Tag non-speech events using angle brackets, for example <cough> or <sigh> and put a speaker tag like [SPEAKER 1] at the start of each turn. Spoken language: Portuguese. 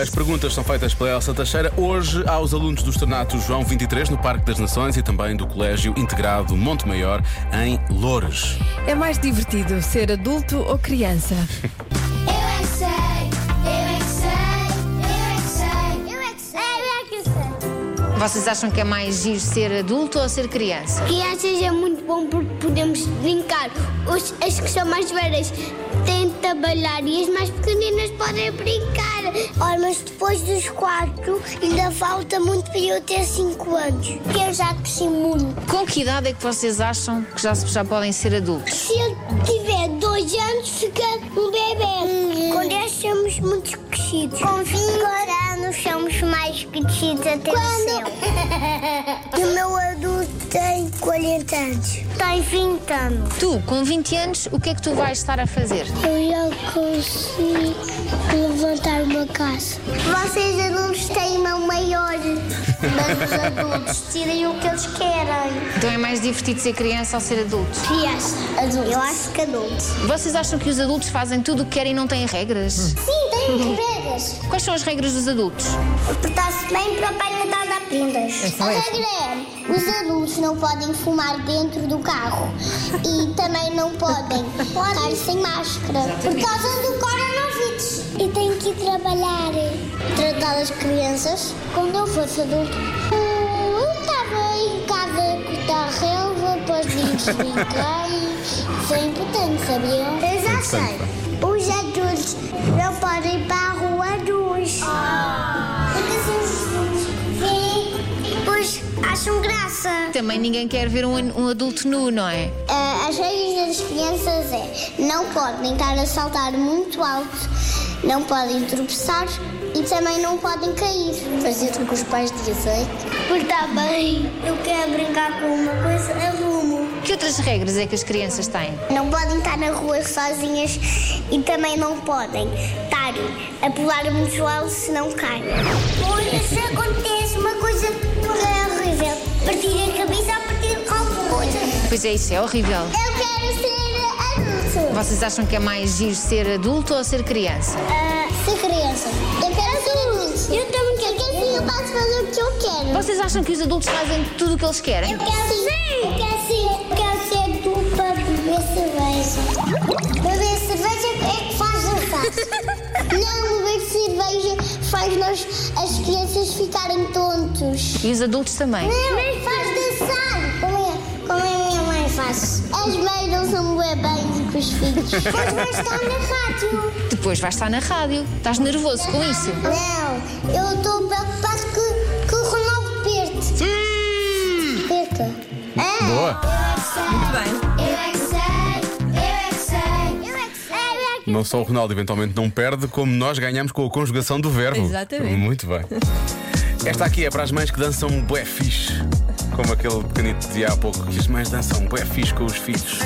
[SPEAKER 1] As perguntas são feitas pela Elsa Teixeira hoje aos alunos do Externato João 23 no Parque das Nações e também do Colégio Integrado Monte Maior em Loures.
[SPEAKER 2] É mais divertido ser adulto ou criança?
[SPEAKER 3] Eu é que sei, eu é que sei, eu é que sei, eu é que sei, eu é que sei, eu é que sei.
[SPEAKER 4] Vocês acham que é mais giro ser adulto ou ser criança?
[SPEAKER 3] Crianças é muito bom porque podemos brincar. Os- as que são mais velhas têm de trabalhar e as mais pequeninas podem brincar. Olha, mas depois dos quatro ainda falta muito para eu ter cinco anos. Eu já cresci muito.
[SPEAKER 4] Com que idade é que vocês acham que já, se- já podem ser adultos?
[SPEAKER 3] Se eu tiver dois anos, fica um bebê. Quando nós somos muito crescidos. Uhum. Com 20 anos, somos mais crescidos até o céu. <laughs> o meu adulto tem 40 anos. Tem 20 anos.
[SPEAKER 4] Tu, com 20 anos, o que é que tu vais estar a fazer?
[SPEAKER 3] Eu já consigo levantar uma casa. Vocês adultos têm mão maior. Mas os adultos decidem o que eles querem.
[SPEAKER 4] Então é mais divertido ser criança ou ser adulto?
[SPEAKER 3] Criança, adultos. Eu acho que adultos.
[SPEAKER 4] Vocês acham que os adultos fazem tudo o que querem e não têm regras?
[SPEAKER 3] Sim, <laughs> tem regras.
[SPEAKER 4] Quais são as regras dos adultos?
[SPEAKER 3] Portar-se tá bem para o Pai Natal dar prendas. A regra é: os adultos não podem fumar dentro do carro e também não podem estar sem máscara por causa do coronavírus. E tenho que ir trabalhar. Tratar as crianças quando eu fosse Uh, tá adulto. Eu estava em casa tá a cortar relva, depois vimos brincar e foi importante, sabiam? Eu já sei. Os adultos não podem ir para a rua nus. Porque assim os adultos veem, acham graça.
[SPEAKER 4] Também ninguém quer ver um, an- um adulto nu, não é?
[SPEAKER 3] Ah, As regras das crianças é não podem estar a saltar muito alto, não podem tropeçar e também não podem cair. Fazer o que os pais dizem. Portar bem, eu quero brincar com uma coisa, arrumo.
[SPEAKER 4] Que outras regras é que as crianças têm?
[SPEAKER 3] Não podem estar na rua sozinhas e também não podem estar a pular muito alto se não caem. Olha, se acontece uma coisa horrível, partir a cabeça a partir de alguma coisa.
[SPEAKER 4] Pois é, isso é horrível.
[SPEAKER 3] Eu quero ser adulto.
[SPEAKER 4] Vocês acham que é mais giro ser adulto ou ser criança?
[SPEAKER 3] Ah, ser criança. Eu quero ser adulto. Eu também quero. Porque assim eu posso fazer o que eu quero.
[SPEAKER 4] Vocês acham que os adultos fazem tudo o que eles querem?
[SPEAKER 3] quero ser. Eu quero ser. Eu quero ser adulto para beber cerveja. Beber cerveja é que faz não faz. não, beber cerveja faz nós, as crianças, ficarem tontos.
[SPEAKER 4] E os adultos também.
[SPEAKER 3] Mas faz dançar. Como é, como é a minha mãe faz? As mães não são bem bem com os filhos. Mas vai estar na rádio.
[SPEAKER 4] Depois vais estar na rádio. Estás nervoso com isso?
[SPEAKER 3] Não, eu estou preocupado que, que o Ronaldo perde. Perca. Ah.
[SPEAKER 1] Boa.
[SPEAKER 3] Eu é que sei, eu é que sei, eu é que sei, eu é que sei.
[SPEAKER 1] Não só o Ronaldo eventualmente não perde, como nós ganhamos com a conjugação do verbo.
[SPEAKER 2] Exatamente.
[SPEAKER 1] Muito bem. Esta aqui é para as mães que dançam bué fixe. Como aquele pequenito dizia há pouco, que as mães dançam bué fixe com os filhos.